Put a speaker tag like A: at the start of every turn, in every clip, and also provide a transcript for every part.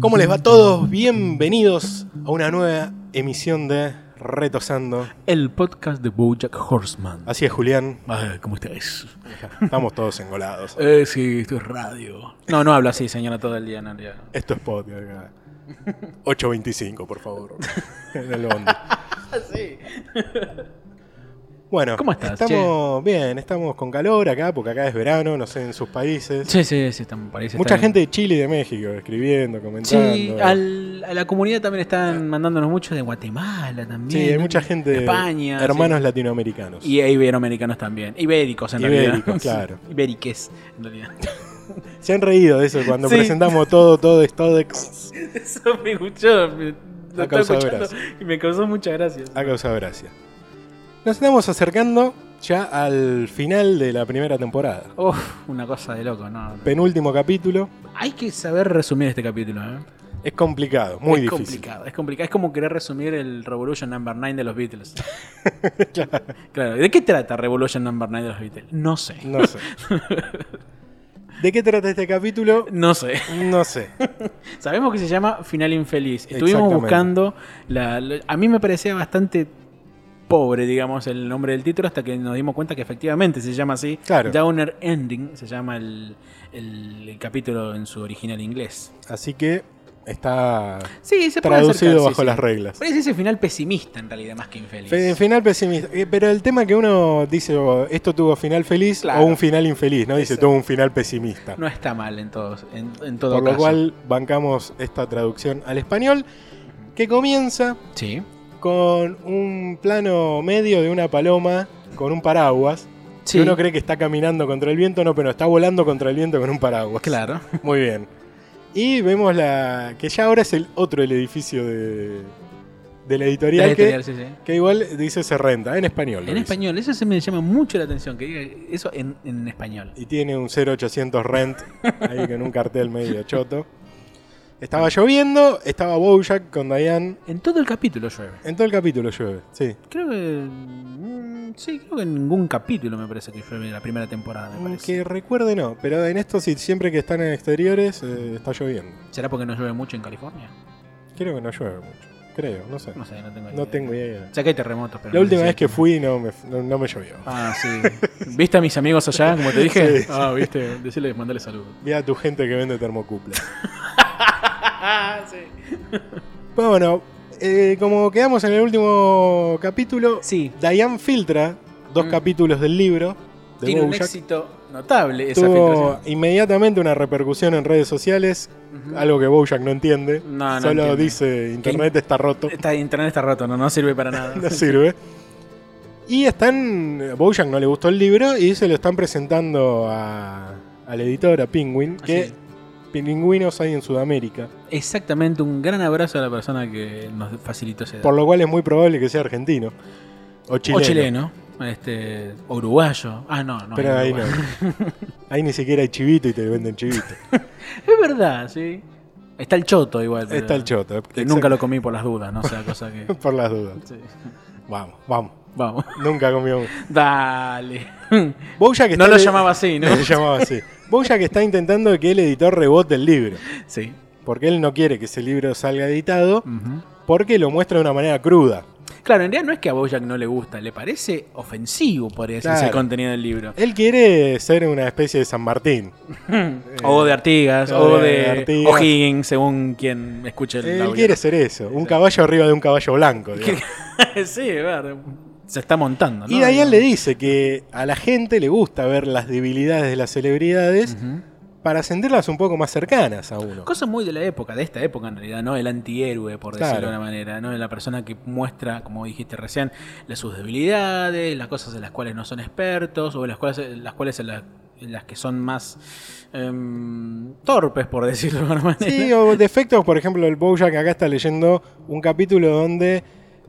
A: ¿Cómo les va a todos? Bienvenidos a una nueva emisión de Retosando.
B: El podcast de Bojack Horseman.
A: Así es, Julián.
B: Ah, ¿Cómo estáis?
A: Estamos todos engolados.
B: Eh, sí, esto es radio. No, no habla así, señora, todo el día. No, ya.
A: Esto es podcast. acá. 8.25, por favor. En el bondi. Bueno,
B: ¿Cómo estás,
A: estamos bien, estamos con calor acá, porque acá es verano, no sé, en sus países.
B: Sí, sí, sí, está- me parece.
A: Mucha
B: está
A: gente de Chile y de México escribiendo, comentando.
B: bien. Sí, al- a la comunidad también están mandándonos mucho de Guatemala también.
A: Sí, hay mucha
B: ¿no?
A: gente.
B: De España.
A: Hermanos latinoamericanos.
B: sí. Y iberoamericanos también. Ibéricos, en realidad.
A: Ibéricos, claro.
B: Ibériques, en realidad.
A: Se han reído de eso cuando
B: Sí.
A: presentamos todo, todo, es todo. ex-
B: Eso me escuchó. Me,
A: Ha
B: lo estaba
A: causado
B: escuchando y me causó mucha gracia.
A: Ha causado gracia. Nos estamos acercando ya al final de la primera temporada.
B: Uf, una cosa de loco, ¿no?
A: Penúltimo capítulo.
B: Hay que saber resumir este capítulo, ¿eh?
A: Es complicado, muy
B: es
A: difícil.
B: complicado, es complicado. Es como querer resumir el Revolution Number 9 de los Beatles. claro. ¿De qué trata Revolution Number 9 de los Beatles? No sé. No,
A: No sé. ¿De qué trata este capítulo?
B: sé.
A: No sé.
B: Sabemos que se llama Final Infeliz. Estuvimos
A: Exactamente.
B: buscando. La, la- a mí me parecía bastante pobre, digamos, el nombre del título hasta que nos dimos cuenta que efectivamente se llama así.
A: Claro.
B: Downer Ending se llama el, el- el capítulo en su original inglés.
A: Así que está
B: Sí, se puede
A: traducido
B: acercar, sí,
A: bajo
B: sí.
A: las reglas.
B: Parece ese final pesimista en realidad, más que infeliz.
A: Fe- Final pesimista. Eh, Pero el tema que uno dice, oh, esto tuvo final feliz
B: Claro.
A: o un final infeliz, ¿no? Dice,
B: Exacto.
A: tuvo un final pesimista.
B: No está mal en, todos, en, en todo
A: Por lo
B: caso.
A: cual bancamos esta traducción al español, que comienza
B: Sí.
A: con un plano medio de una paloma con un paraguas.
B: Sí.
A: Que uno cree que está caminando contra el viento, no, pero está volando contra el viento con un paraguas.
B: Claro.
A: Muy bien. Y vemos la. que ya ahora es el otro el edificio de, de la editorial,
B: Dale,
A: que-
B: Terial, sí, sí.
A: Que, igual dice se renta, en español. lo
B: En
A: dice.
B: español, eso se me llama mucho la atención, que diga eso en, en español.
A: Y tiene un 0800 rent ahí con un cartel medio choto. Estaba lloviendo, estaba Bojack con Diane.
B: En todo el capítulo llueve.
A: En todo el capítulo llueve, sí.
B: Creo que... mm, Sí, creo que en ningún capítulo me parece que llueve la primera temporada, me parece.
A: Que recuerde no, pero en esto sí, siempre que están en exteriores eh, está lloviendo.
B: ¿Será porque no llueve mucho en California?
A: Creo que no llueve mucho, creo, no sé.
B: No sé, no tengo idea.
A: No tengo idea.
B: Ya que hay terremotos, pero...
A: La
B: no
A: última
B: sé
A: vez
B: si-
A: que fui no me, no, no me llovió.
B: Ah, sí. ¿Viste a mis amigos allá, como te dije?
A: Sí.
B: Ah, viste. Decirle, mandale saludos.
A: Vi a tu gente que vende termocuples.
B: sí.
A: Pero bueno, eh, como quedamos en el último capítulo,
B: Sí.
A: Diane filtra dos
B: Mm.
A: capítulos del libro de
B: Tiene un
A: Bojack.
B: éxito notable esa
A: Tuvo
B: filtración.
A: inmediatamente una repercusión en redes sociales,
B: Ujú.
A: algo que Bojack no entiende.
B: No, no
A: Solo
B: entiende.
A: dice internet está roto,
B: Está, internet está roto, no, no sirve para nada.
A: no sirve. Y están. Bojack no le gustó el libro y se lo están presentando a, a la editora Penguin, que
B: Así.
A: pingüinos hay en Sudamérica.
B: Exactamente, un gran abrazo a la persona que nos facilitó ese dato.
A: Por lo cual es muy probable que sea argentino. O chileno.
B: Eh. O chileno, este, o uruguayo. Ah, no, no.
A: Pero
B: es
A: ahí no.
B: uruguayo.
A: Ahí ni siquiera hay chivito y te venden chivito.
B: Es verdad, sí. Está el choto igual. pero-
A: Está el choto.
B: que nunca lo comí por las dudas, no sea cosa que.
A: Por las dudas.
B: Sí.
A: Vamos, vamos.
B: Vamos.
A: Nunca comió.
B: Dale.
A: Bojack
B: No
A: está-
B: lo llamaba así, ¿no?
A: No lo llamaba así. Bojack está intentando que el editor rebote el libro.
B: Sí.
A: Porque él no quiere que ese libro salga editado.
B: Ujú.
A: Porque lo muestra de una manera cruda.
B: Claro, en realidad no es que a Bojack no le gusta, le parece ofensivo, podría decirse,
A: Claro.
B: el contenido del libro.
A: Él quiere ser una especie de San Martín.
B: O de Artigas,
A: Eh. o
B: o
A: de
B: de
A: Artigas.
B: O'Higgins, según quien escuche el
A: Él
B: audio.
A: quiere ser eso. Un caballo arriba de un caballo blanco. digamos.
B: sí, es verdad. Se está montando, ¿no?
A: Y Dayan le dice que a la gente le gusta ver las debilidades de las celebridades
B: Ujú.
A: para sentirlas un poco más cercanas a uno.
B: Cosa muy de la época, de esta época en realidad, ¿no? El antihéroe, por
A: Claro.
B: decirlo de una manera, ¿no? La persona que muestra, como dijiste recién, las- sus debilidades, las cosas en las cuales no son expertos, o en las cuales, en las, cuales en la- en las que son más em, torpes, por decirlo de una manera.
A: Sí, o defectos, por ejemplo, el Bojack acá está leyendo un capítulo donde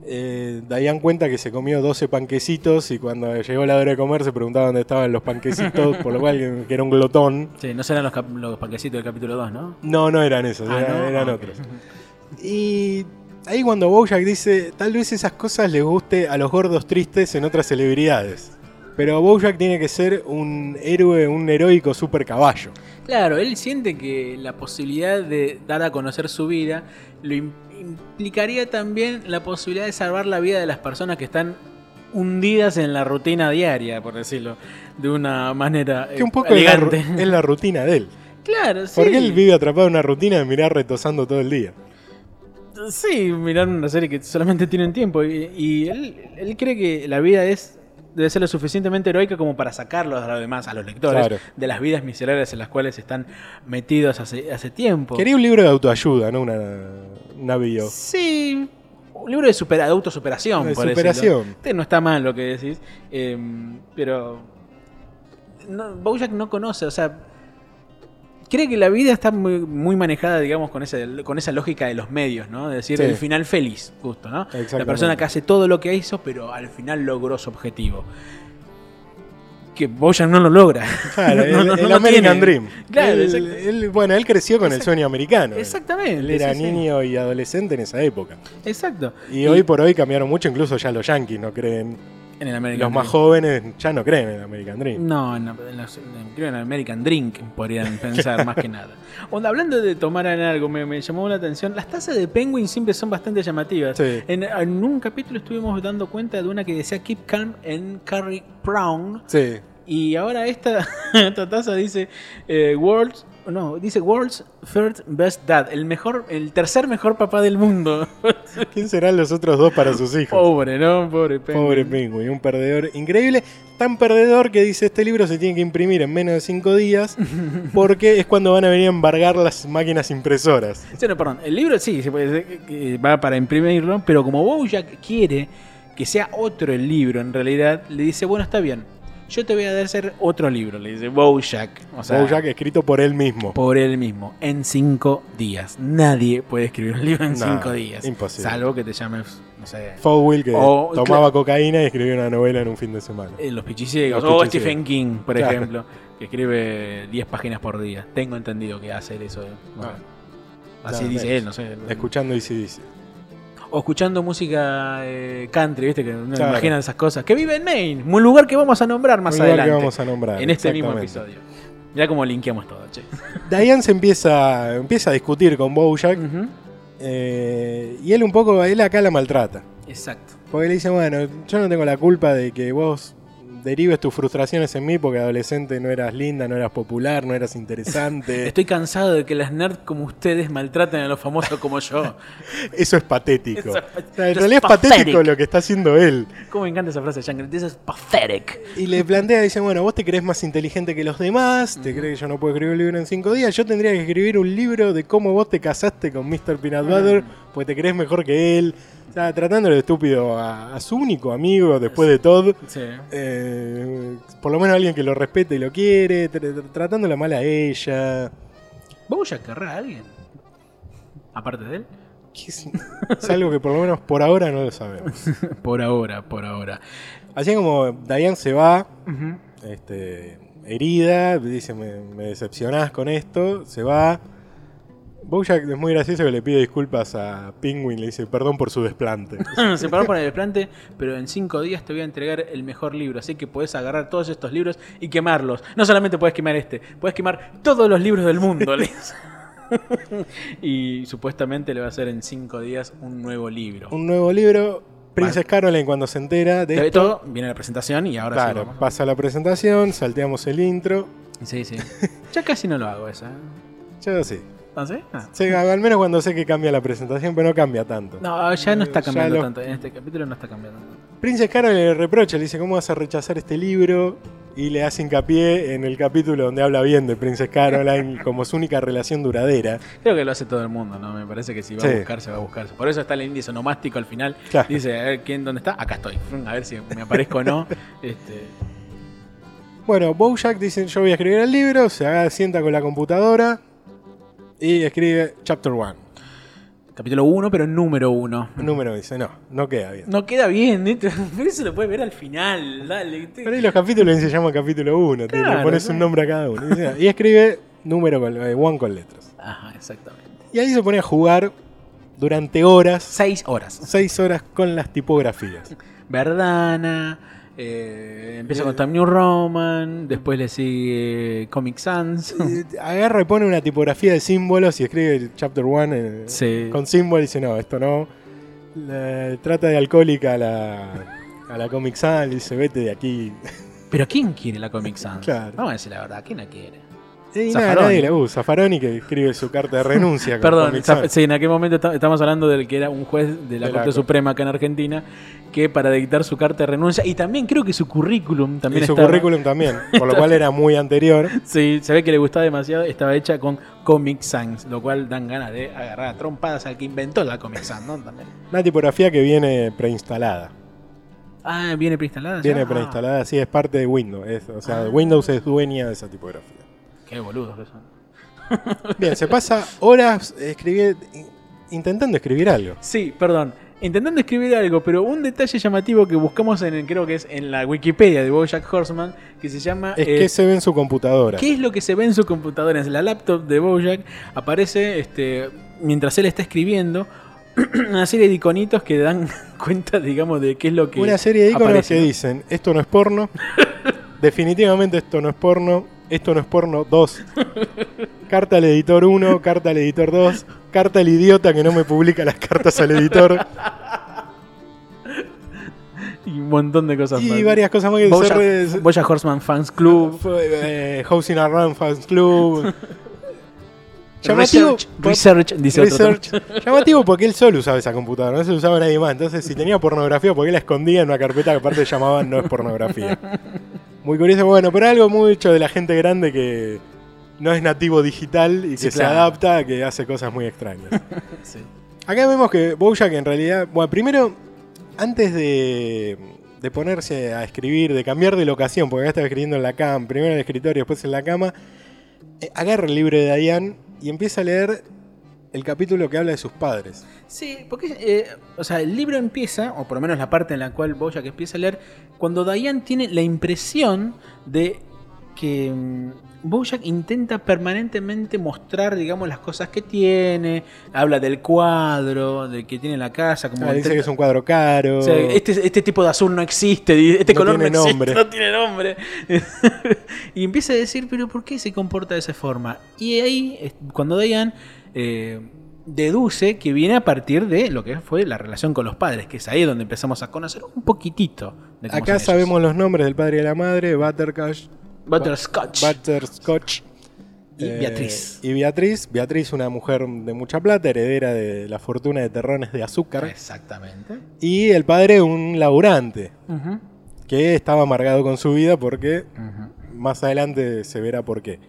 A: eh, Dayan cuenta que se comió 12 panquecitos y cuando llegó la hora de comer se preguntaba dónde estaban los panquecitos, por lo cual que era un glotón.
B: Sí, no serán los, cap- los panquecitos del capítulo 2, ¿no?
A: No, no eran esos,
B: Ah,
A: era-
B: ¿no?
A: eran
B: Ah, ok.
A: otros. Y ahí cuando Bojack dice, tal vez esas cosas les guste a los gordos tristes en otras celebridades. Pero Bojack tiene que ser un héroe, un heroico super caballo.
B: Claro, él siente que la posibilidad de dar a conocer su vida lo im- implicaría también la posibilidad de salvar la vida de las personas que están hundidas en la rutina diaria, por decirlo de una manera
A: Que un
B: eh,
A: poco es la,
B: elegante.
A: ru- es la rutina de él.
B: claro, sí.
A: Porque él vive atrapado en una rutina de mirar retosando todo el día.
B: Sí, mirar una serie que solamente tienen tiempo. Y, y él, él cree que la vida es debe ser lo suficientemente heroica como para sacarlos a los demás, a los lectores,
A: Claro.
B: de las vidas miserables en las cuales están metidos hace, hace tiempo.
A: Quería un libro de autoayuda, no una, una bio.
B: Sí, un libro de, supera, de autosuperación,
A: De
B: por decirlo.
A: superación.
B: Este no está mal lo que decís, eh, pero no, Bojack no conoce, o sea, cree que la vida está muy, muy manejada, digamos, con esa, con esa lógica de los medios, ¿no? De decir,
A: Sí.
B: el final feliz, justo, ¿no? La
A: Exactamente.
B: persona que hace todo lo que hizo, pero al final logró su objetivo. Que Bojack no lo logra.
A: Claro,
B: No,
A: el,
B: no, no
A: el
B: lo
A: American
B: tiene.
A: Dream.
B: Claro,
A: Él-
B: exacto.
A: él- bueno, él creció con el
B: Exact-
A: sueño americano.
B: Exactamente.
A: Él era
B: sí, sí.
A: niño y adolescente en esa época.
B: Exacto.
A: Y, hoy por hoy cambiaron mucho, incluso ya los yankees no creen.
B: en el American
A: los más
B: Dream.
A: jóvenes ya no creen en el American Dream.
B: No, en, en los- en- creo en American Drink podrían pensar más que nada. Onda, hablando de tomar en algo, me, me llamó la atención. Las tazas de Penguin siempre son bastante llamativas.
A: Sí.
B: En, en un capítulo estuvimos dando cuenta de una que decía Keep Calm en Carrie Brown.
A: Sí.
B: Y ahora esta, esta taza dice eh, World's. No, dice World's Third Best Dad, el mejor, el tercer mejor papá del mundo.
A: ¿Quién serán los otros dos para sus hijos?
B: Pobre, ¿no? Pobre Penguin.
A: Pobre Penguin, un perdedor increíble. Tan perdedor que dice este libro se tiene que imprimir en menos de cinco días porque es cuando van a venir a embargar las máquinas impresoras.
B: Sí, no, perdón. El libro sí, se puede decir que va para imprimirlo, pero como Bojack quiere que sea otro el libro, en realidad, le dice, bueno, está bien, yo te voy a hacer otro libro, le dice Bojack. O sea,
A: Bojack escrito por él mismo.
B: por él mismo, en cinco días. Nadie puede escribir un libro en
A: No,
B: cinco días.
A: imposible.
B: Salvo que te llames, no sé,
A: Fowl que
B: Oh,
A: tomaba cocaína y escribió una novela en un fin de semana.
B: eh, Los Pichiciegos
A: Los
B: o
A: Pichiciegos.
B: Stephen King, por
A: Claro.
B: ejemplo, que escribe 10 páginas por día. Tengo entendido que hace eso. no sé.
A: Ah.
B: Así
A: Nada
B: dice
A: menos.
B: él, no sé.
A: Escuchando y si dice.
B: O escuchando música eh, country, ¿viste? Que uno
A: Claro.
B: imagina esas cosas. Que vive en Maine, un lugar que vamos a nombrar más
A: Un lugar
B: adelante.
A: que vamos a nombrar.
B: en este mismo
A: exactamente.
B: episodio. Ya como linkeamos todo, che.
A: Diane se empieza, empieza a discutir con Bojack
B: Ujú.
A: eh, y él un poco, él acá la maltrata.
B: Exacto.
A: Porque le dice, bueno, yo no tengo la culpa de que vos derives tus frustraciones en mí porque adolescente no eras linda, no eras popular, no eras interesante.
B: Estoy cansado de que las nerds como ustedes maltraten a los famosos como yo.
A: Eso es patético.
B: Eso es pat-
A: O sea, en
B: Eso
A: realidad es
B: es
A: patético
B: pathetic.
A: lo que está haciendo él.
B: Cómo me encanta esa frase, Shangri. This is pathetic.
A: Y le plantea, dice, bueno, vos te crees más inteligente que los demás, te crees que yo no puedo escribir un libro en cinco días, yo tendría que escribir un libro de cómo vos te casaste con Mr. Peanut Butter, porque te crees mejor que él. O sea, tratándolo de estúpido a, a su único amigo después de Todd.
B: Sí.
A: eh, por lo menos alguien que lo respete y lo quiere, tr- tr- tratándola mal a ella.
B: ¿Bojack querrá a alguien? Aparte de él.
A: Que Es, es algo que por lo menos por ahora no lo sabemos.
B: Por ahora, por ahora.
A: Así como Diane se va,
B: Ujú.
A: este, herida, dice, me, me decepcionás con esto, se va. Bojack es muy gracioso que le pide disculpas a Penguin, le dice, perdón por su desplante.
B: Se paró por el desplante, pero en cinco días te voy a entregar el mejor libro. Así que podés agarrar todos estos libros y quemarlos. No solamente podés quemar este, podés quemar todos los libros del mundo. le dice. y supuestamente le va a hacer en cinco días un nuevo libro.
A: Un nuevo libro, Princess Caroline cuando se entera de
B: De
A: esto,
B: todo, viene la presentación y ahora sí.
A: claro,
B: vamos.
A: pasa la presentación, salteamos el intro,
B: Sí, sí. Ya casi no lo hago esa.
A: yo sí.
B: ¿Ah, sí? Ah.
A: Sí, al menos cuando sé que cambia la presentación, pero no cambia tanto.
B: No, ah, ya no está
A: Ya
B: cambiando
A: lo-
B: tanto. En este capítulo no está cambiando tanto.
A: Princess Carol le reprocha, le dice, ¿cómo vas a rechazar este libro? Y le hace hincapié en el capítulo donde habla bien de Princess Caroline como su única relación duradera.
B: Creo que lo hace todo el mundo, ¿no? Me parece que si va
A: Sí.
B: a buscarse, va a buscarse. Por eso está el índice onomástico al final.
A: Claro.
B: Dice, a ver, ¿quién, ¿dónde está? Acá estoy. A ver si me aparezco o no. Este,
A: Bueno, Bojack dice, yo voy a escribir el libro, se haga- sienta con la computadora y escribe Chapter 1.
B: capítulo 1, pero número 1.
A: Número dice, no, no queda bien.
B: No queda bien, ¿viste? Pero eso lo puedes ver al final. Dale.
A: Pero ahí los capítulos se llaman capítulo 1,
B: Claro,
A: le pones
B: sí.
A: un nombre a cada uno. Y, dice, y escribe número con, eh, one con letras.
B: Ajá, exactamente.
A: Y ahí se pone a jugar durante horas,
B: Seis horas.
A: seis horas con las tipografías.
B: Verdana. eh, empieza con Time New Roman. Después le sigue Comic Sans.
A: Eh, Agarra y pone una tipografía de símbolos y escribe el chapter 1
B: Sí.
A: con símbolos y dice, no, esto no. La- trata de alcohólica a la, a la Comic Sans y dice, vete de aquí.
B: Pero ¿quién quiere la Comic Sans?
A: Claro.
B: Vamos a decir la verdad, ¿quién la quiere?
A: Y nada,
B: Zaffaroni.
A: nadie le- uh, Zaffaroni que escribe su carta de renuncia. con
B: Perdón,
A: Comic
B: esta-
A: Sans.
B: sí, en aquel momento esta- estamos hablando del que era un juez de la
A: De la
B: Corte
A: Corte.
B: Suprema acá en Argentina, que para dictar su carta de renuncia, y también creo que su currículum también
A: y su
B: estaba-
A: currículum también, por lo cual era muy anterior.
B: Sí, se ve que le gustaba demasiado, estaba hecha con Comic Sans, lo cual dan ganas de agarrar a trompadas al que inventó la Comic Sans, ¿no? También.
A: Una tipografía que viene preinstalada.
B: Ah, viene preinstalada.
A: Viene
B: ya? Ah,
A: preinstalada, sí, es parte de Windows. es- o sea, Windows es dueña de esa tipografía.
B: Qué boludos que son.
A: Bien, se pasa horas escribir, in- intentando escribir algo.
B: Sí, perdón. Intentando escribir algo, pero un detalle llamativo que buscamos en el, creo que es en la Wikipedia de Bojack Horseman, que se llama
A: Es
B: eh,
A: que se ve en su computadora.
B: ¿Qué es lo que se ve en su computadora? En la laptop de Bojack aparece, este, mientras él está escribiendo, una serie de iconitos que dan cuenta, digamos, de qué es lo que.
A: Una serie de iconos
B: aparece,
A: que
B: ¿no?
A: dicen, esto no es porno, definitivamente esto no es porno, esto no es porno 2, carta al editor 1, carta al editor 2, carta al idiota que no me publica las cartas al editor,
B: Y un montón de cosas más.
A: y varias cosas más que se re-
B: Bojack, Bojack Horseman Fans Club.
A: Fue, eh, Housing Around Fans Club. Llamativo,
B: Research, research, dice otro
A: Research. Llamativo porque él solo usaba esa computadora, no se usaba nadie más. Entonces, si tenía pornografía, porque la escondía en una carpeta que aparte llamaban no es pornografía. Muy curioso, bueno, pero algo mucho de la gente grande que no es nativo digital y que
B: Sí,
A: se
B: claro.
A: adapta, que hace cosas muy extrañas.
B: también. Sí.
A: Acá vemos que Bojack en realidad, bueno, primero, antes de, de ponerse a escribir, de cambiar de locación, porque acá estaba escribiendo en la cama, primero en el escritorio, después en la cama, eh, agarra el libro de Diane y empieza a leer el capítulo que habla de sus padres.
B: Sí, porque, eh, o sea, el libro empieza, o por lo menos la parte en la cual Boya que empieza a leer, cuando Diane tiene la impresión de que mm, Bojack intenta permanentemente mostrar, digamos, las cosas que tiene, habla del cuadro, de que tiene en la casa, como
A: Ah, dice
B: intenta-
A: que es un cuadro caro.
B: o sea, este, este tipo de azul no existe, di- este
A: No
B: color
A: tiene
B: no existe,
A: nombre.
B: no tiene nombre. y empieza a decir, pero ¿por qué se comporta de esa forma? Y ahí, es cuando Diane eh, deduce que viene a partir de lo que fue la relación con los padres, que es ahí donde empezamos a conocer un poquitito de cómo son
A: Acá
B: ellos.
A: sabemos los nombres del padre y la madre, Buttercash,
B: Butterscotch
A: Butterscotch.
B: y
A: eh,
B: Beatriz.
A: y Beatriz. Beatriz, una mujer de mucha plata, heredera de la fortuna de terrones de azúcar.
B: Exactamente.
A: Y el padre, un laburante.
B: Ujú,
A: que estaba amargado con su vida porque
B: ujú.
A: más adelante se verá por qué.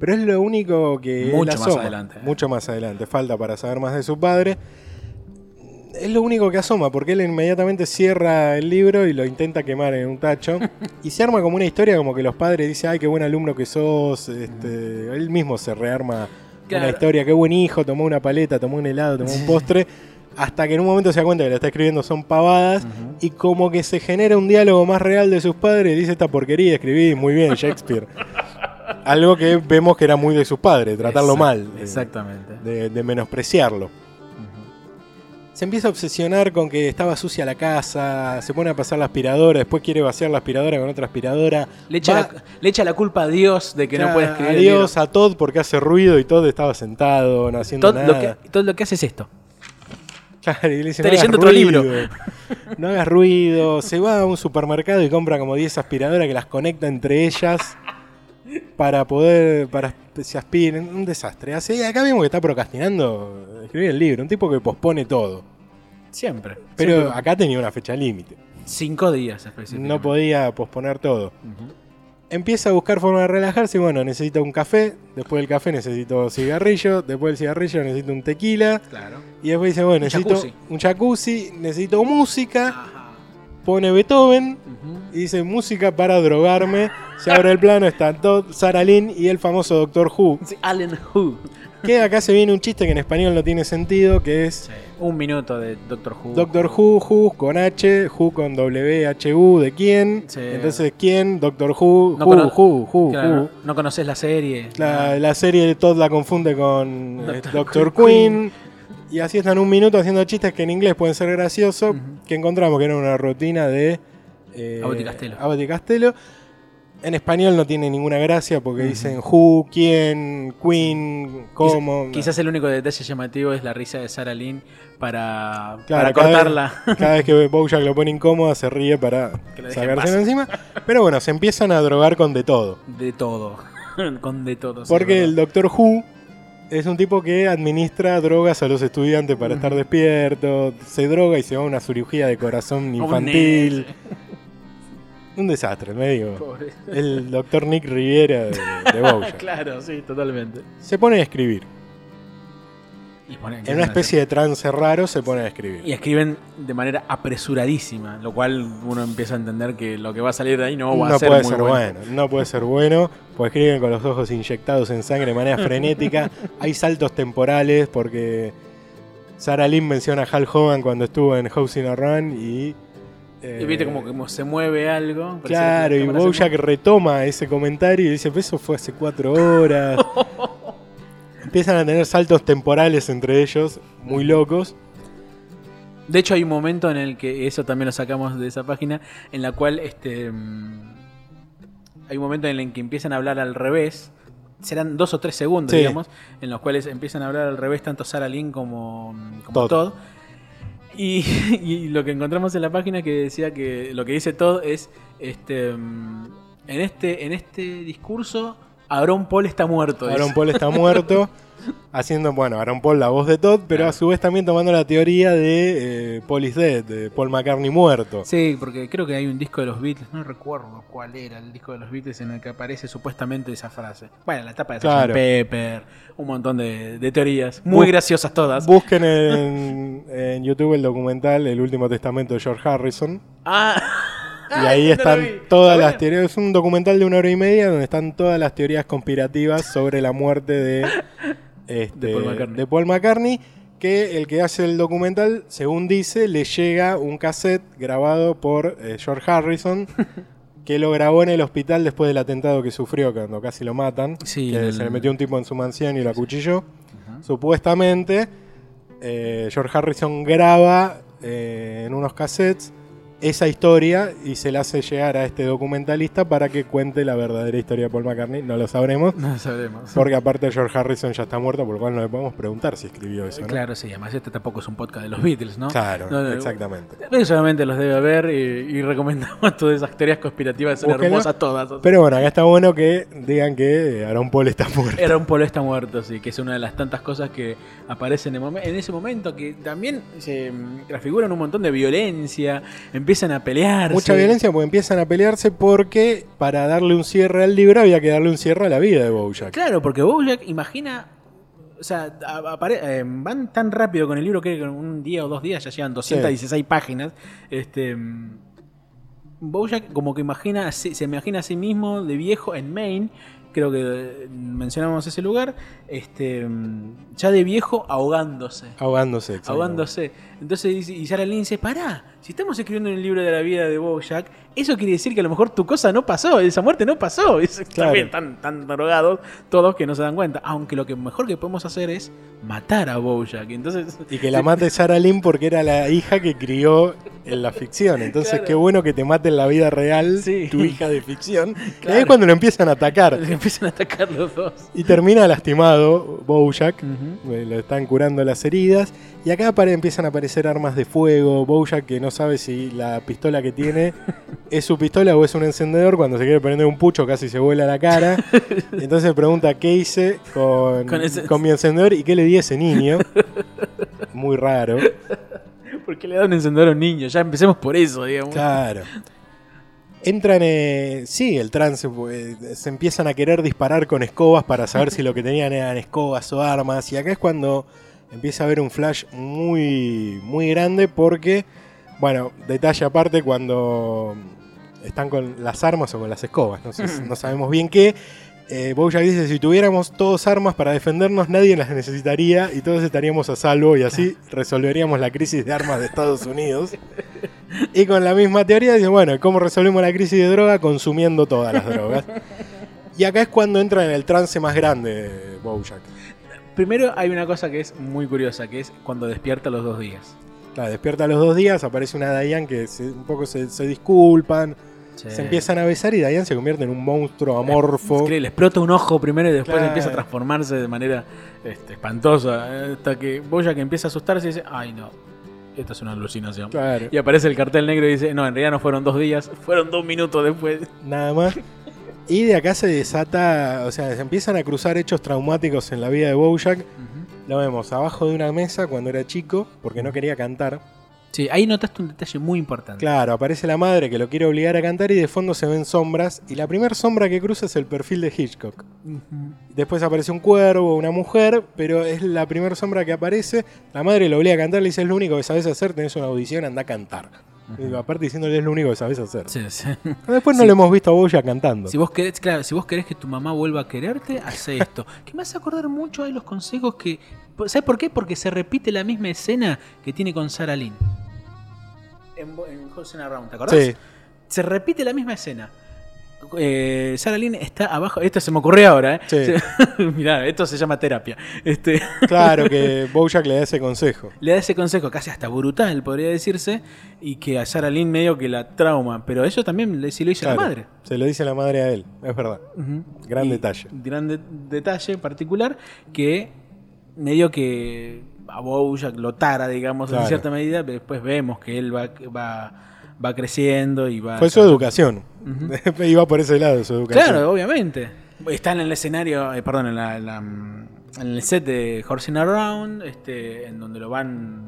A: Pero es lo único que... él
B: Mucho más
A: asoma.
B: adelante, eh.
A: Mucho más adelante. Falta para saber más de su padre. Es lo único que asoma, porque él inmediatamente cierra el libro y lo intenta quemar en un tacho. y se arma como una historia como que los padres dicen, ay, qué buen alumno que sos. Este, Él mismo se rearma
B: Claro.
A: una historia, qué buen hijo, tomó una paleta, tomó un helado, tomó un postre. Hasta que en un momento se da cuenta que lo está escribiendo son pavadas y como que se genera un diálogo más real de sus padres. Dice esta porquería, escribí muy bien Shakespeare. Algo que vemos que era muy de sus padres, tratarlo
B: Exact-
A: mal, eh. de-
B: Exactamente.
A: de- de menospreciarlo.
B: Ujú.
A: Se empieza a obsesionar con que estaba sucia la casa, se pone a pasar la aspiradora, después quiere vaciar la aspiradora con otra aspiradora.
B: le, echa
A: Va-
B: la, le echa la culpa a Dios de que
A: ya,
B: no puede escribir. el
A: Adiós a Todd porque hace ruido y Todd estaba sentado, no
B: libro.
A: haciendo
B: Todo lo,
A: nada.
B: que, todo lo que hace es esto.
A: Claro, y le dice,
B: Está
A: "No hagas
B: leyendo otro libro".
A: ruido, No hagas ruido. Se va a un supermercado y compra como 10 aspiradoras que las conecta entre ellas para poder, para que se aspiren. Un desastre. Así, acá vemos que está procrastinando escribir el libro. Un tipo que pospone todo.
B: Siempre.
A: Pero
B: Siempre.
A: acá tenía una fecha límite.
B: Cinco días específicamente.
A: No podía posponer todo.
B: Ujú.
A: Empieza a buscar forma de relajarse. y Bueno, necesito un café. Después del café necesito cigarrillo. Después del cigarrillo necesito un tequila.
B: Claro.
A: Y después dice, bueno,
B: Un
A: necesito
B: jacuzzi.
A: un jacuzzi, necesito música. Pone Beethoven
B: Ujú.
A: y dice, música para drogarme. Se abre el plano, están Todd, Sarah Lynn y el famoso Doctor Who.
B: Sí, Alan Who.
A: Que acá se viene un chiste que en español no tiene sentido, que es
B: Un minuto de Doctor Who.
A: Doctor Who, Who con H, Who con W, H, U, ¿de quién?
B: Sí.
A: Entonces, ¿quién? Doctor Who, Who,
B: No cono-
A: Who, Who,
B: Claro,
A: Who.
B: no- no conoces la serie.
A: La, la serie de Todd la confunde con eh,
B: Doctor
A: Doctor
B: Queen.
A: Queen. Y así están un minuto haciendo chistes que en inglés pueden ser graciosos, que encontramos que era una rutina de... eh,
B: Abbott y Costello.
A: Abbott y Costello. En español no tiene ninguna gracia porque dicen who, quién, queen, cómo.
B: Quizás, quizás el único detalle llamativo es la risa de Sarah Lynn para, para
A: Claro, cada
B: cortarla.
A: Vez, cada vez que Bojack lo pone incómoda se ríe para
B: Que la deje en
A: sacárselo
B: paz.
A: encima. Pero bueno, se empiezan a drogar con de todo.
B: De todo. Con de todo. sí,
A: Porque
B: ¿verdad?
A: el Doctor Who es un tipo que administra drogas a los estudiantes
B: Mm.
A: para estar despierto, se droga y se va a una cirugía de corazón
B: Como un
A: infantil.
B: nene,
A: Un desastre, me digo.
B: pobre.
A: El Doctor Nick Riviera de, de Bojack.
B: Claro, sí, totalmente.
A: Se pone a escribir.
B: Y ponen-
A: En una especie de trance raro se pone a
B: Y
A: escribir.
B: escriben de manera apresuradísima, lo cual uno empieza a entender que lo que va a salir de ahí no va
A: No
B: a ser
A: puede
B: muy
A: ser
B: bueno.
A: bueno, no puede ser bueno, pues escriben con los ojos inyectados en sangre de manera frenética. Hay saltos temporales porque Sarah Lynn menciona a Hal Hogan cuando estuvo en Housing a Run y... eh,
B: Y viste como, como se mueve algo. parece que
A: Claro,
B: la
A: y
B: cámara se
A: Bojack retoma ese comentario y dice, "Pero eso fue hace cuatro horas. Empiezan a tener saltos temporales entre ellos, muy locos.
B: mueve. De hecho, hay un momento en el que eso también lo sacamos de esa página, en la cual este mm, hay un momento en el que empiezan a hablar al revés. Serán dos o tres segundos,
A: Sí.
B: digamos, en los cuales empiezan a hablar al revés tanto Sarah Lynn como, mm, como
A: Todd.
B: Todd. Y, y lo que encontramos en la página es que decía que lo que dice Todd es este mm, en este en este discurso Aaron Paul está muerto. dice.
A: Aaron Paul está muerto, haciendo, bueno, Aaron Paul la voz de Todd, pero a su vez también tomando la teoría de eh, Paul is dead, de Paul McCartney muerto.
B: Sí, porque creo que hay un disco de los Beatles, no recuerdo cuál era el disco de los Beatles en el que aparece supuestamente esa frase. Bueno, la tapa de Sgt.
A: Claro.
B: Pepper, un montón de, de teorías, muy
A: Bu-
B: graciosas todas.
A: Busquen en, en YouTube el documental El último testamento de George Harrison.
B: Ah,
A: Y ahí
B: no lo
A: están
B: vi.
A: todas
B: Está
A: las teorías. Es un documental de una hora y media donde están todas las teorías conspirativas sobre la muerte de, este,
B: De Paul McCartney.
A: de Paul McCartney, Que el que hace el documental, según dice, le llega un cassette grabado por eh, George Harrison. Que lo grabó en el hospital después del atentado que sufrió, cuando casi lo matan.
B: Sí,
A: que
B: el-
A: se le metió un tipo en su mansión y lo acuchilló. Supuestamente, eh, George Harrison graba eh, en unos cassettes esa historia y se la hace llegar a este documentalista para que cuente la verdadera historia de Paul McCartney. No lo sabremos,
B: No sabremos.
A: porque aparte George Harrison ya está muerto, por lo cual no le podemos preguntar si escribió eso. ¿no?
B: Claro, sí, además este tampoco es un podcast de los Beatles, ¿no?
A: Claro,
B: No, no,
A: exactamente.
B: Pero solamente los debe haber y, y recomendamos todas esas teorías conspirativas, son
A: Búsquenlo.
B: hermosas todas. o sea.
A: Pero bueno, acá está bueno que digan que eh, Aaron Paul está muerto.
B: Era un polo está muerto, sí, que es una de las tantas cosas que aparecen en, el momen- en ese momento, que también se mm, transfiguran un montón de violencia, empiezan a pelear.
A: Mucha violencia porque empiezan a pelearse porque para darle un cierre al libro había que darle un cierre a la vida de Bojack.
B: Claro, porque Bojack imagina, o sea, a- apare- eh, van tan rápido con el libro que en un día o dos días ya llevan 216 páginas. Este, mm, Bojack como que imagina, a sí- se imagina a sí mismo de viejo en Maine, creo que eh, mencionamos ese lugar, este, mm, ya de viejo ahogándose.
A: Ahogándose. exactamente.
B: ahogándose. Entonces dice, y Sarah Lynn dice, pará, si estamos escribiendo un libro de la vida de Bojack, eso quiere decir que a lo mejor tu cosa no pasó, esa muerte no pasó. Es,
A: Claro.
B: También están tan drogados todos que no se dan cuenta. Aunque lo que mejor que podemos hacer es matar a Bojack. Entonces,
A: Y que la mate Sarah Lynn porque era la hija que crió en la ficción. Entonces,
B: Claro.
A: qué bueno que te mate en la vida real
B: Sí.
A: tu hija de ficción. Y ahí
B: Claro.
A: es cuando lo empiezan a atacar.
B: empiezan a atacar los dos.
A: Y termina lastimado Bojack.
B: Ujú.
A: eh, Lo están curando las heridas. Y acá apare- empiezan a aparecer armas de fuego. Bojack que no sabe si la pistola que tiene es su pistola o es un encendedor. Cuando se quiere prender un pucho casi se vuela la cara. Entonces pregunta qué hice con,
B: Con ese-
A: con mi encendedor y qué le di a ese niño. Muy raro.
B: ¿Por qué le dan encender a un niño? Ya empecemos por eso, digamos.
A: Claro. Entran, eh, sí, el trance, eh, se empiezan a querer disparar con escobas para saber si lo que tenían eran escobas o armas. Y acá es cuando empieza a haber un flash muy, muy grande porque, bueno, detalle aparte, cuando están con las armas o con las escobas, no, sé- no sabemos bien qué. Eh, Bojack dice, si tuviéramos todos armas para defendernos, nadie las necesitaría y todos estaríamos a salvo y así resolveríamos la crisis de armas de Estados Unidos. Y con la misma teoría dicen, bueno, ¿cómo resolvemos la crisis de droga? Consumiendo todas las drogas. Y acá es cuando entra en el trance más grande de Bojack.
B: Primero hay una cosa que es muy curiosa, que es cuando despierta los dos días.
A: Claro, despierta a los dos días, aparece una Diane que se- un poco se, se disculpan, se empiezan a besar y Diane se convierte en un monstruo amorfo.
B: Le explota un ojo primero y después
A: Claro.
B: empieza a transformarse de manera este, espantosa. eh, Hasta que Boya que empieza a asustarse y dice, ay no, esto es una alucinación.
A: Claro,
B: Y aparece el cartel negro y dice, no, en realidad no fueron dos días, fueron dos minutos después.
A: nada más. Y de acá se desata, o sea, se empiezan a cruzar hechos traumáticos en la vida de Bojack. Lo vemos abajo de una mesa cuando era chico, porque no quería cantar.
B: Sí, ahí notaste un detalle muy importante.
A: Claro, aparece la madre que lo quiere obligar a cantar y de fondo se ven sombras. Y la primera sombra que cruza es el perfil de Hitchcock.
B: Ujú.
A: Después aparece un cuervo, una mujer, pero es la primera sombra que aparece. La madre lo obliga a cantar, le dice, es lo único que sabes hacer, tenés una audición, anda a cantar. Y Aparte diciéndole, es lo único que sabes hacer.
B: Sí, sí.
A: Después no
B: Sí.
A: lo hemos visto a Boya cantando.
B: Si vos querés, claro, si vos querés que tu mamá vuelva a quererte, hace esto. Que me hace acordar mucho de los consejos que. ¿Sabes por qué? Porque se repite la misma escena que tiene con Sarah Lynn. En, Bo- en Holes in a Round, ¿te acordás?
A: Sí.
B: Se repite la misma escena. Eh, Sarah Lynn está abajo. Esto se me ocurrió ahora, ¿eh?
A: Sí.
B: Se- mirá, esto se llama terapia. Este,
A: Claro que Bojack le da ese consejo.
B: le da ese consejo casi hasta brutal, podría decirse, y que a Sarah Lynn medio que la trauma. Pero eso también le- sí lo hizo
A: Claro,
B: la madre.
A: Se lo dice la madre a él, es verdad.
B: Ujú.
A: Gran
B: Y-
A: detalle.
B: Gran de- detalle particular que medio que a Bojack lo tara, digamos,
A: Claro.
B: en cierta medida, pero después vemos que él va, va, va creciendo y va...
A: Fue su educación.
B: Ah, Ujú.
A: Iba por ese lado su educación.
B: Claro, obviamente. Está en el escenario, eh, perdón, en, la- en la, mm, en el set de Horsing Around, este, en donde lo van,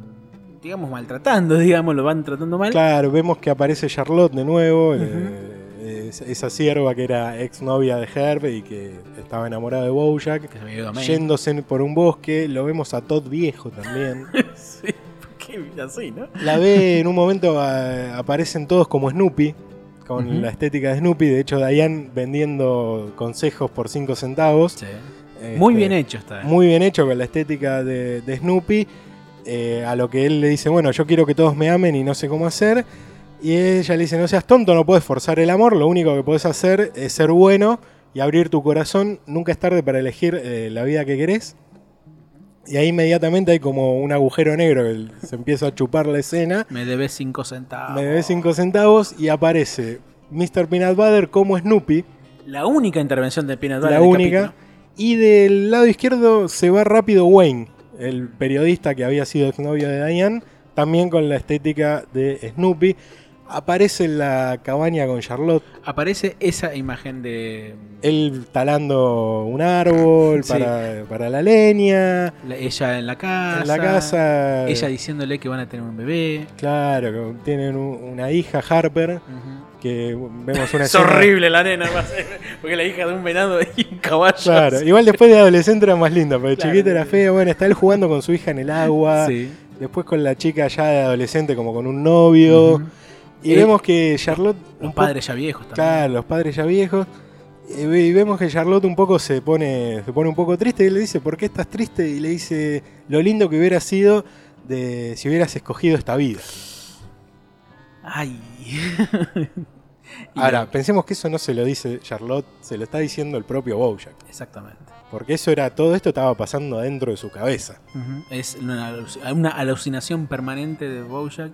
B: digamos, maltratando, digamos, lo van tratando mal.
A: Claro, vemos que aparece Charlotte de nuevo, eh, es- esa sierva que era exnovia de Herb y que estaba enamorada de Bojack.
B: Que se me ido a Maine.
A: Yéndose por un bosque, lo vemos a Todd viejo también.
B: Sí, porque así, ¿no?
A: La ve en un momento, a- aparecen todos como Snoopy, con
B: Ujú.
A: la estética de Snoopy. De hecho, Diane vendiendo consejos por 5 centavos.
B: Sí. Muy
A: Este,
B: bien hecho está. ¿eh?
A: Muy bien hecho con la estética de, de Snoopy. eh, a lo que él le dice, bueno, yo quiero que todos me amen y no sé cómo hacer. Y ella le dice, no seas tonto, no puedes forzar el amor, lo único que puedes hacer es ser bueno y abrir tu corazón. Nunca es tarde para elegir eh, la vida que querés. Y ahí inmediatamente hay como un agujero negro que se empieza a chupar la escena.
B: Me debes 5 centavos.
A: Me debes 5 centavos y aparece Mr. Peanut Butter como Snoopy
B: La única intervención de Peanut Butter
A: la
B: del
A: única.
B: este capítulo.
A: Y del lado izquierdo se va rápido Wayne, el periodista que había sido exnovio de Diane, también con la estética de Snoopy. Aparece en la cabaña con Charlotte,
B: Aparece esa imagen de
A: él talando un árbol
B: Sí.
A: para, para la leña,
B: la- ella en la casa.
A: en la casa. eh.
B: Ella diciéndole que van a tener un bebé.
A: Claro, tienen un- una hija, Harper, que vemos una
B: Es
A: escena-
B: horrible la nena, va a ser, porque la hija de un venado y un caballo.
A: Claro, igual después de adolescente era más linda, pero de
B: Claro.
A: chiquita era fea. Bueno, está él jugando con su hija en el agua.
B: Sí.
A: Después con la chica ya de adolescente, como con un novio.
B: Ujú.
A: Y
B: Eh,
A: vemos que Charlotte.
B: Un
A: poco-
B: padre ya viejo también.
A: Claro, los padres ya viejos. Y ve- y vemos que Charlotte un poco se pone, se pone un poco triste. Y le dice, ¿por qué estás triste? Y le dice, lo lindo que hubiera sido de si hubieras escogido esta vida.
B: Ay. Y
A: Ahora,
B: no,
A: pensemos que eso no se lo dice Charlotte, se lo está diciendo el propio Bojack.
B: Exactamente.
A: Porque eso era, todo esto estaba pasando adentro de su cabeza.
B: Ujú. Es una, aluc- una alucinación permanente de Bojack.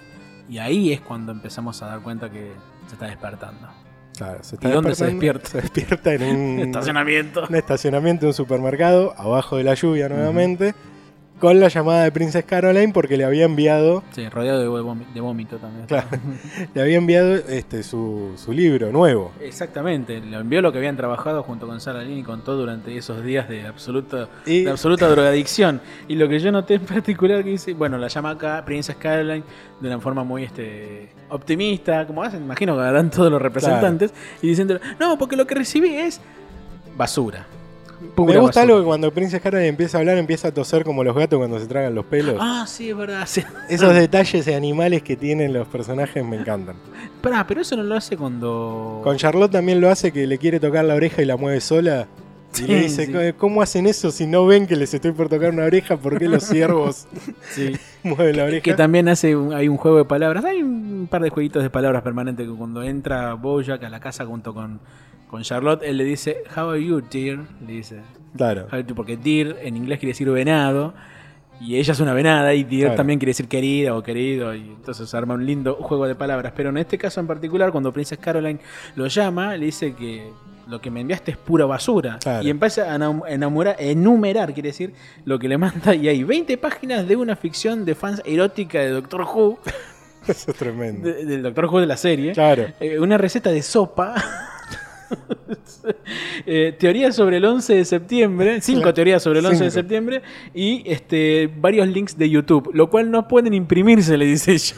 B: Y ahí es cuando empezamos a dar cuenta que se está despertando.
A: Claro, se
B: ¿Y dónde se
A: despertando-
B: despierta?
A: Se despierta en un,
B: Estacionamiento.
A: un estacionamiento de un supermercado, abajo de la lluvia nuevamente, con la llamada de Princess Caroline porque le había enviado,
B: Sí, rodeado de, vomi- de vómito también.
A: Claro. le había enviado este, su, su libro nuevo.
B: Exactamente, lo envió lo que habían trabajado junto con Sara Lynn y con todo durante esos días de absoluta,
A: Y-
B: de absoluta drogadicción. Y lo que yo noté en particular que dice, bueno, la llama acá Princess Caroline de una forma muy este optimista, como hacen, imagino que harán todos los representantes, y diciendo, no, porque lo que recibí es basura.
A: Me
B: Pura
A: gusta
B: basura".
A: algo que cuando Princess Caroline empieza a hablar empieza a toser como los gatos cuando se tragan los pelos.
B: Ah, sí, es verdad. sí.
A: Esos detalles de animales que tienen los personajes me encantan.
B: Pará, pero eso no lo hace cuando...
A: Con Charlotte también lo hace que le quiere tocar la oreja y la mueve sola. Y
B: Sí,
A: le dice,
B: sí.
A: "¿Cómo- ¿cómo hacen eso si no ven que les estoy por tocar una oreja? ¿Por qué los ciervos
B: Sí.
A: mueven la oreja?
B: Que también hace un- hay un juego de palabras. Hay un par de jueguitos de palabras permanentes que cuando entra Bojack a la casa junto con con Charlotte, él le dice, How are you, dear? Le dice,
A: Claro.
B: "How are you?", porque dear en inglés quiere decir venado, y ella es una venada, y dear
A: Claro.
B: también quiere decir querida o querido, y entonces arma un lindo juego de palabras. Pero en este caso en particular, cuando Princess Caroline lo llama, le dice que lo que me enviaste es pura basura.
A: Claro.
B: Y empieza a enam- enamorar, enumerar, quiere decir, lo que le manda, y hay 20 páginas de una ficción de fans erótica de Doctor Who,
A: Eso es tremendo.
B: de- del Doctor Who de la serie.
A: Claro.
B: Eh, una receta de sopa. Eh, teoría sobre el 11 de septiembre, cinco
A: Claro.
B: teorías sobre el 11 de
A: Cinco.
B: septiembre y este, varios links de YouTube, lo cual no pueden imprimirse, le dice ella.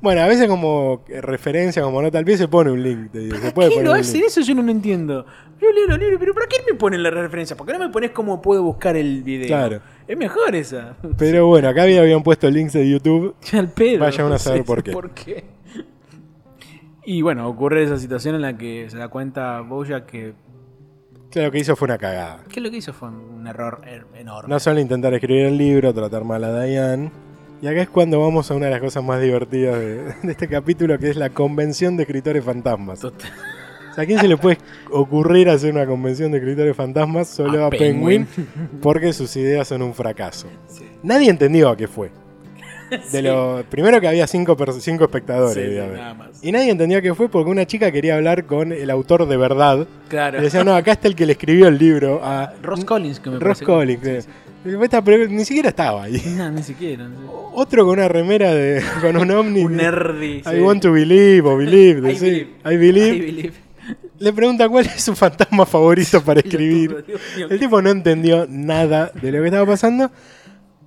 A: Bueno, a veces como eh, referencia, como nota al pie, se pone un link. te digo, se
B: ¿Por
A: puede
B: qué
A: poner
B: no
A: un
B: hacen
A: link.
B: eso? Yo no lo entiendo. Yo leo los libros, pero ¿para qué me ponen la referencia? ¿Por qué no me pones cómo puedo buscar el video?
A: Claro.
B: Es mejor esa.
A: Pero bueno, acá había- habían puesto links de YouTube.
B: Ya al pedo.
A: Vaya uno a saber
B: Sí,
A: por qué.
B: Y bueno, ocurre esa situación en la que se da cuenta Boya que
A: Claro, lo que hizo fue una cagada.
B: que lo que hizo fue un error er- enorme.
A: No solo intentar escribir el libro, tratar mal a Diane. Y acá es cuando vamos a una de las cosas más divertidas de, de este capítulo, que es la convención de escritores fantasmas. O
B: Total.
A: sea, ¿a quién se le puede ocurrir hacer una convención de escritores fantasmas solo
B: A
A: a, Penguin? Porque sus ideas son un fracaso. Nadie entendió a qué fue. De lo, primero que había cinco, pers- cinco espectadores.
B: Sí, sí,
A: digamos.
B: nada más.
A: Y nadie entendía qué fue porque una chica quería hablar con el autor de verdad.
B: Claro.
A: Le decía, no, acá está el que le escribió el libro a
B: Ross Collins, que me
A: Ross
B: parece que-
A: Collins. Eh, esta pre- ni siquiera estaba ahí.
B: No, ni siquiera. no sé.
A: Otro con una remera de, con un ovni.
B: Un nerdy.
A: I want to believe o believe. decía, I believe.
B: believe.
A: Le pregunta cuál es su fantasma favorito para escribir.
B: Dios mío.
A: El tipo no entendió nada de lo que estaba pasando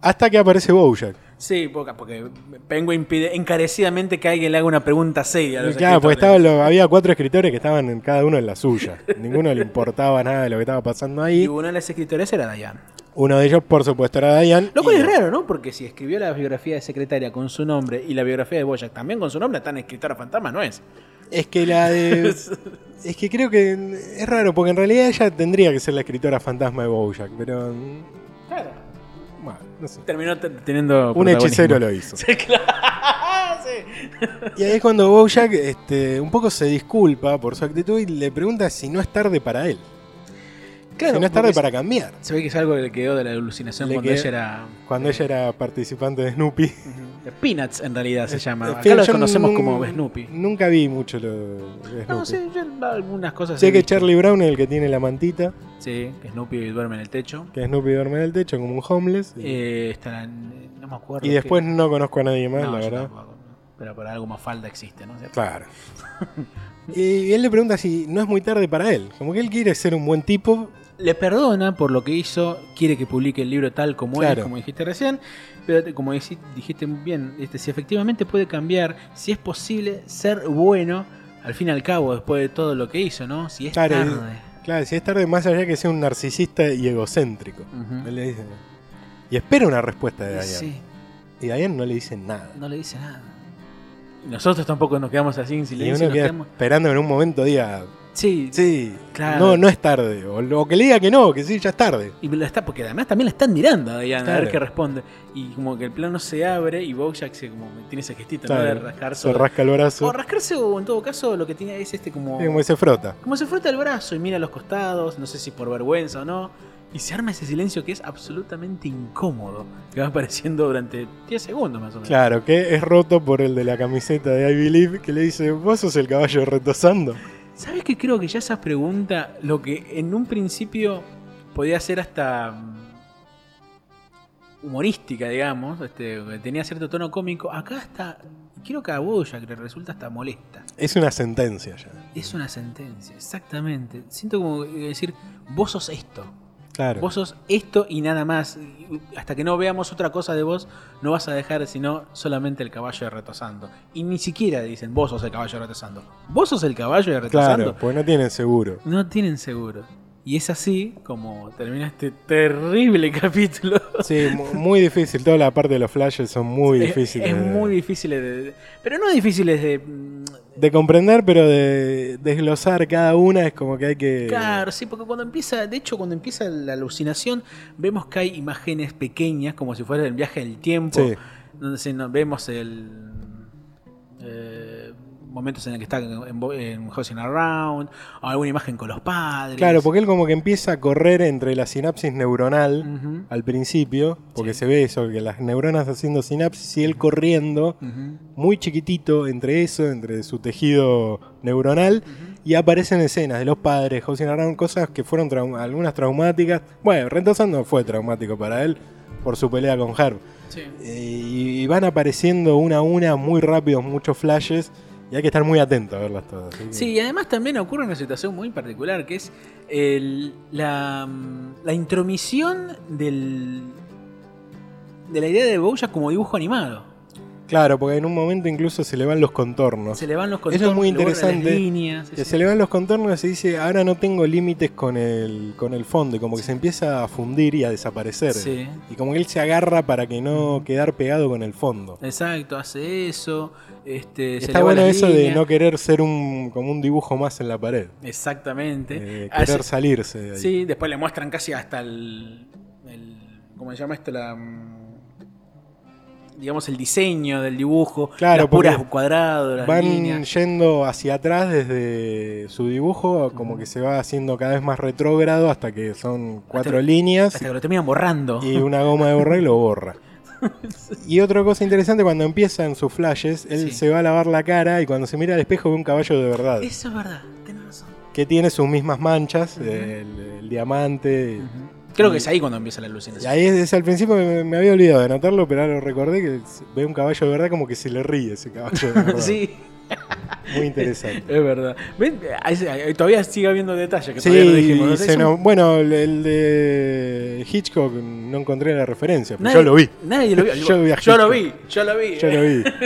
A: hasta que aparece Bojack.
B: Sí, porque, porque Penguin pide encarecidamente que alguien le haga una pregunta seria. A los
A: Claro, porque
B: escritores.
A: estaban los- había cuatro escritores que estaban en- cada uno en la suya. Ninguno le importaba nada de lo que estaba pasando
B: Y
A: ahí.
B: una de las escritoras era Diane.
A: Uno de ellos, por supuesto, era Diane.
B: Lo cual
A: Y-
B: es raro, ¿no? Porque si escribió la biografía de secretaria con su nombre y la biografía de Boyack también con su nombre, tan escritora fantasma no es.
A: Es que la de. es que creo que es raro, porque en realidad ella tendría que ser la escritora fantasma de Bojack, pero. mm,
B: Claro.
A: Bueno, no sé.
B: Terminó te- teniendo.
A: Un
B: protagonismo.
A: hechicero lo hizo.
B: Sí, claro. Sí.
A: Y ahí es cuando Bojack este, un poco se disculpa por su actitud y le pregunta si no es tarde para él.
B: Claro,
A: si no es
B: porque
A: tarde
B: se-
A: para cambiar.
B: Se ve que es algo que le quedó de la alucinación
A: Le
B: cuando
A: quedó-
B: ella era.
A: Cuando ella era participante de Snoopy.
B: de Peanuts en realidad se llama.
A: En
B: Acá
A: fin,
B: lo
A: yo
B: conocemos
A: nun-
B: como Snoopy.
A: Nunca vi mucho lo de Snoopy.
B: No, sí, yo algunas cosas. he
A: Sé que
B: visto.
A: Charlie Brown es el que tiene la mantita,
B: Sí, que Snoopy duerme en el techo.
A: que Snoopy duerme en el techo como un homeless. y-
B: Eh, estarán- no me acuerdo.
A: y
B: qué-
A: después no conozco a nadie más,
B: No,
A: la
B: yo
A: verdad.
B: tampoco. Pero por algo más falda existe, ¿no? ¿Cierto?
A: Claro. y él le pregunta si no es muy tarde para él. Como que él quiere ser un buen tipo.
B: Le perdona por lo que hizo, quiere que publique el libro tal como es,
A: Claro.
B: como dijiste recién, pero te- como decí- dijiste muy bien, este, si efectivamente puede cambiar, si es posible ser bueno, al fin y al cabo, después de todo lo que hizo, ¿no? Si es
A: Claro, y-
B: tarde.
A: Claro, si es tarde, más allá que sea un narcisista y egocéntrico.
B: Ujú.
A: Él le dice. Y espera una respuesta de Diane.
B: Sí,
A: Y Diane no le dice nada.
B: no le dice nada. Y Nosotros tampoco nos quedamos así en
A: Y
B: silencio.
A: uno
B: Nos
A: queda
B: quedamos...
A: esperando que en un momento diga,
B: Sí,
A: sí,
B: Claro.
A: no, no es tarde. O, lo- o que le diga que no, que sí, ya es tarde.
B: Y lo está, porque además también la están mirando a Diana, a ver
A: Claro.
B: qué responde. Y como que el plano se abre y Bojack se como tiene ese gestito, ¿no? De
A: Claro.
B: rascarse.
A: Se rasca el brazo.
B: O rascarse o en todo caso lo que tiene es este como...
A: Y como que se frota.
B: Como se frota el brazo y mira a los costados, no sé si por vergüenza o no. Y se arma ese silencio que es absolutamente incómodo, que va apareciendo durante 10 segundos más o menos.
A: Claro, que es roto por el de la camiseta de I Believe que le dice, vos sos el caballo retosando.
B: ¿Sabes qué? Creo que ya esa pregunta, lo que en un principio podía ser hasta mm, humorística, digamos, este, que tenía cierto tono cómico, acá hasta, creo que a Boya que le resulta hasta molesta.
A: Es una sentencia ya.
B: Es una sentencia, exactamente. Siento como decir, vos sos esto,
A: Claro.
B: vos sos esto y nada más. Y Hasta que no veamos otra cosa de vos, no vas a dejar sino solamente el caballo de retosando. Y ni siquiera dicen, vos sos el caballo de retosando. Vos sos el caballo de retosando.
A: Claro, porque no tienen seguro.
B: No tienen seguro. Y es así como termina este terrible capítulo.
A: Sí, mu- muy difícil. Toda la parte de los flashes son muy
B: Es-
A: difíciles.
B: Es,
A: de-
B: muy difícil de- Pero no difíciles de. mm,
A: De comprender, pero de desglosar cada una es como que hay que...
B: Claro, sí, porque cuando empieza, de hecho, cuando empieza la alucinación, vemos que hay imágenes pequeñas, como si fuera el viaje del tiempo,
A: Sí.
B: donde se- no- vemos el. eh, momentos en el que está en, bo- en Housing Around, o alguna imagen con los padres.
A: Claro, porque él como que empieza a correr entre la sinapsis neuronal
B: Ujú.
A: al principio, porque
B: Mm. Sí.
A: se ve eso, que las neuronas haciendo sinapsis y él corriendo
B: Ujú.
A: muy chiquitito entre eso, entre su tejido neuronal, y aparecen escenas de los padres, Housing Around, cosas que fueron traum- algunas traumáticas. Bueno, Rentazan no fue traumático para él por su pelea con Herb.
B: Sí.
A: Eh, y y van apareciendo una a una muy rápido, muchos flashes, y hay que estar muy atento a verlas todas. así que-
B: Sí, y además también ocurre una situación muy particular que es el- la, mm, la intromisión del, de la idea de Bojack como dibujo animado.
A: Claro, porque en un momento incluso se le van los contornos.
B: Se le van los
A: Eso es
B: contornos,
A: muy
B: le borran las
A: interesante,
B: líneas,
A: Que
B: sí,
A: se le van los contornos y dice, ahora no tengo límites con el, con el fondo, y como que se empieza a fundir y a desaparecer.
B: sí.
A: Y como que él se agarra para que no quedar pegado con el fondo.
B: Exacto, hace eso. Este, se
A: Está
B: le va
A: bueno
B: las
A: eso de
B: líneas.
A: no querer ser un, como un dibujo más en la pared.
B: Exactamente.
A: Eh,
B: Hace-
A: querer salirse de ahí.
B: Ah, sí, después le muestran casi hasta el, el- ¿Cómo se llama esto? La. mm, Digamos, el diseño del dibujo.
A: Claro,
B: las puras
A: porque
B: cuadrados, las
A: Van
B: líneas.
A: yendo hacia atrás desde su dibujo, como que se va haciendo cada vez más retrógrado hasta que son cuatro líneas.
B: Hasta que lo terminan borrando.
A: y una goma de borrar y lo borra. Y otra cosa interesante, cuando empiezan sus flashes, él
B: Sí.
A: se va a lavar la cara y cuando se mira al espejo ve un caballo de verdad,
B: Eso es verdad, tenés razón.
A: que tiene sus mismas manchas,
B: Ujú.
A: el, el diamante.
B: Creo que es ahí cuando empieza la
A: Y
B: alucinación.
A: ahí es, es al principio me, me había olvidado de anotarlo, pero ahora lo recordé que se- ve un caballo de verdad como que se le ríe ese caballo de verdad.
B: Sí,
A: Muy interesante.
B: es verdad. ¿Ven? Ahí se- ahí todavía sigue habiendo detalles que
A: Sí,
B: todavía no dijimos. ¿no?
A: y
B: Es
A: se
B: un-
A: no- bueno, el, el de Hitchcock no encontré la referencia, pero
B: nadie-
A: yo lo vi.
B: Nadie lo vio.
A: Yo vi a
B: yo lo vi,
A: Hitchcock.
B: yo lo vi. ¿eh?
A: Yo lo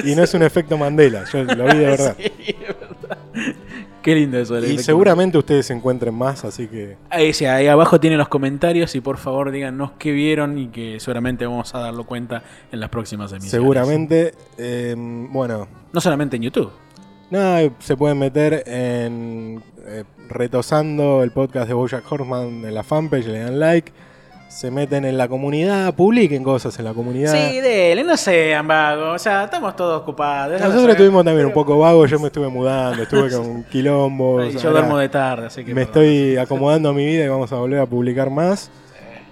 A: vi. Y no es un efecto Mandela, yo lo vi de verdad.
B: Sí, es verdad. Qué lindo eso. del
A: Y
B: efecto.
A: seguramente ustedes encuentren más, así que.
B: Ahí, sí, ahí abajo tienen los comentarios y por favor díganos qué vieron y que seguramente vamos a darlo cuenta en las próximas emisiones.
A: Seguramente. eh, bueno.
B: No solamente en YouTube.
A: Nada, se pueden meter en. eh, retosando el podcast de Bojack Horseman en la fanpage, le dan like. Se meten en la comunidad, publiquen cosas en la comunidad.
B: Sí, dele, no sean vagos. O sea, estamos todos ocupados.
A: Nosotros tuvimos también un poco vago, yo me estuve mudando, estuve con un quilombo.
B: Ay,
A: o sea,
B: yo duermo
A: ahora
B: de tarde, así que.
A: Me
B: perdón.
A: estoy acomodando a mi vida y vamos a volver a publicar más.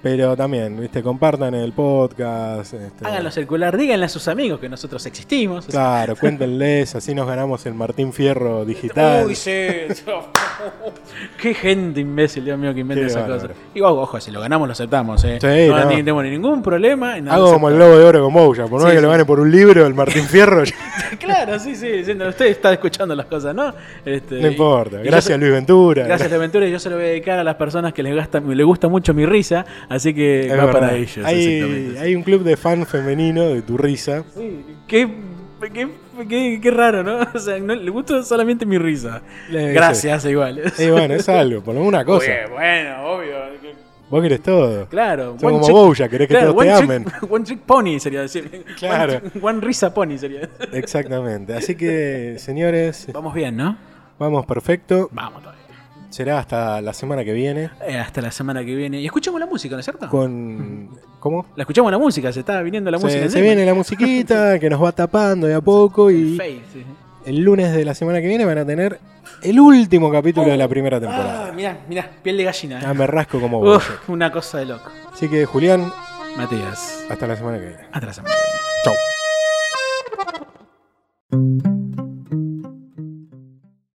A: Pero también, viste, compartan el podcast. este,
B: Háganlo circular, díganle a sus amigos que nosotros existimos. o sea,
A: Claro, cuéntenles, así nos ganamos el Martín Fierro digital.
B: Uy, sí. Qué gente imbécil, Dios mío, que inventa
A: Qué
B: esas
A: bárbaro.
B: cosas. Y ojo, ojo, si lo ganamos, lo aceptamos, ¿eh?
A: Sí,
B: no,
A: no.
B: ni- tenemos ningún problema. y no lo
A: Hago como el
B: aceptamos.
A: lobo de oro con Bouya, por no
B: Sí,
A: que lo
B: sí.
A: gane por un libro el Martín Fierro, ya-
B: Claro, sí, sí, diciendo, usted está escuchando las cosas, ¿no? Este,
A: no importa.
B: y- y yo
A: Gracias
B: se-
A: Luis Ventura.
B: Gracias, aventura y yo se lo voy a dedicar a las personas que les, gasta, le gusta mucho mi risa, así que
A: Es
B: va
A: verdad.
B: para ellos.
A: Hay,
B: exactamente.
A: hay un club de fan femenino de tu risa.
B: Sí, qué, qué, qué- qué raro, ¿no? O sea, no, le gusta solamente mi risa.
A: Le-
B: Gracias, igual.
A: Y Eh, bueno, es algo, por lo menos una cosa.
B: Oye, bueno, obvio. que-
A: Vos querés todo.
B: Claro.
A: Son
B: one
A: como
B: trick-
A: Bojack, querés que todos te
B: one
A: amen.
B: Trick, one trick pony sería decir.
A: Claro.
B: One, trick- one risa pony sería. decir.
A: Exactamente. Así que, señores,
B: Vamos bien, ¿no?
A: vamos perfecto.
B: Vamos todavía.
A: Será hasta la semana que viene
B: Eh, hasta la semana que viene. Y escuchamos la música, ¿no es cierto?
A: con... ¿Cómo?
B: La escuchamos la música, se está viniendo la música.
A: Se, se
B: encima.
A: viene la musiquita que nos va tapando de a poco y...
B: Face, sí.
A: El lunes de la semana que viene van a tener el último capítulo de la primera
B: Ah,
A: temporada.
B: mirá, mirá, piel de gallina. eh.
A: Ah, me rasco como vos.
B: Uf, una cosa de loco.
A: Así que, Julián,
B: Matías,
A: hasta la semana que viene.
B: hasta la semana que viene.
A: Chau.